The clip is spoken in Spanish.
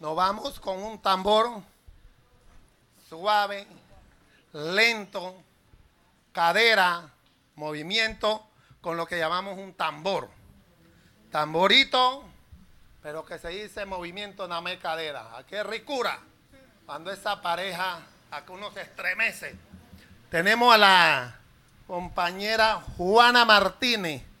Nos vamos con un tambor suave, lento, cadera, movimiento, con lo que llamamos un tambor. Tamborito, pero que se dice movimiento nada más cadera. ¿A qué ricura? Cuando esa pareja, a que uno se estremece. Tenemos a la compañera Juana Martínez.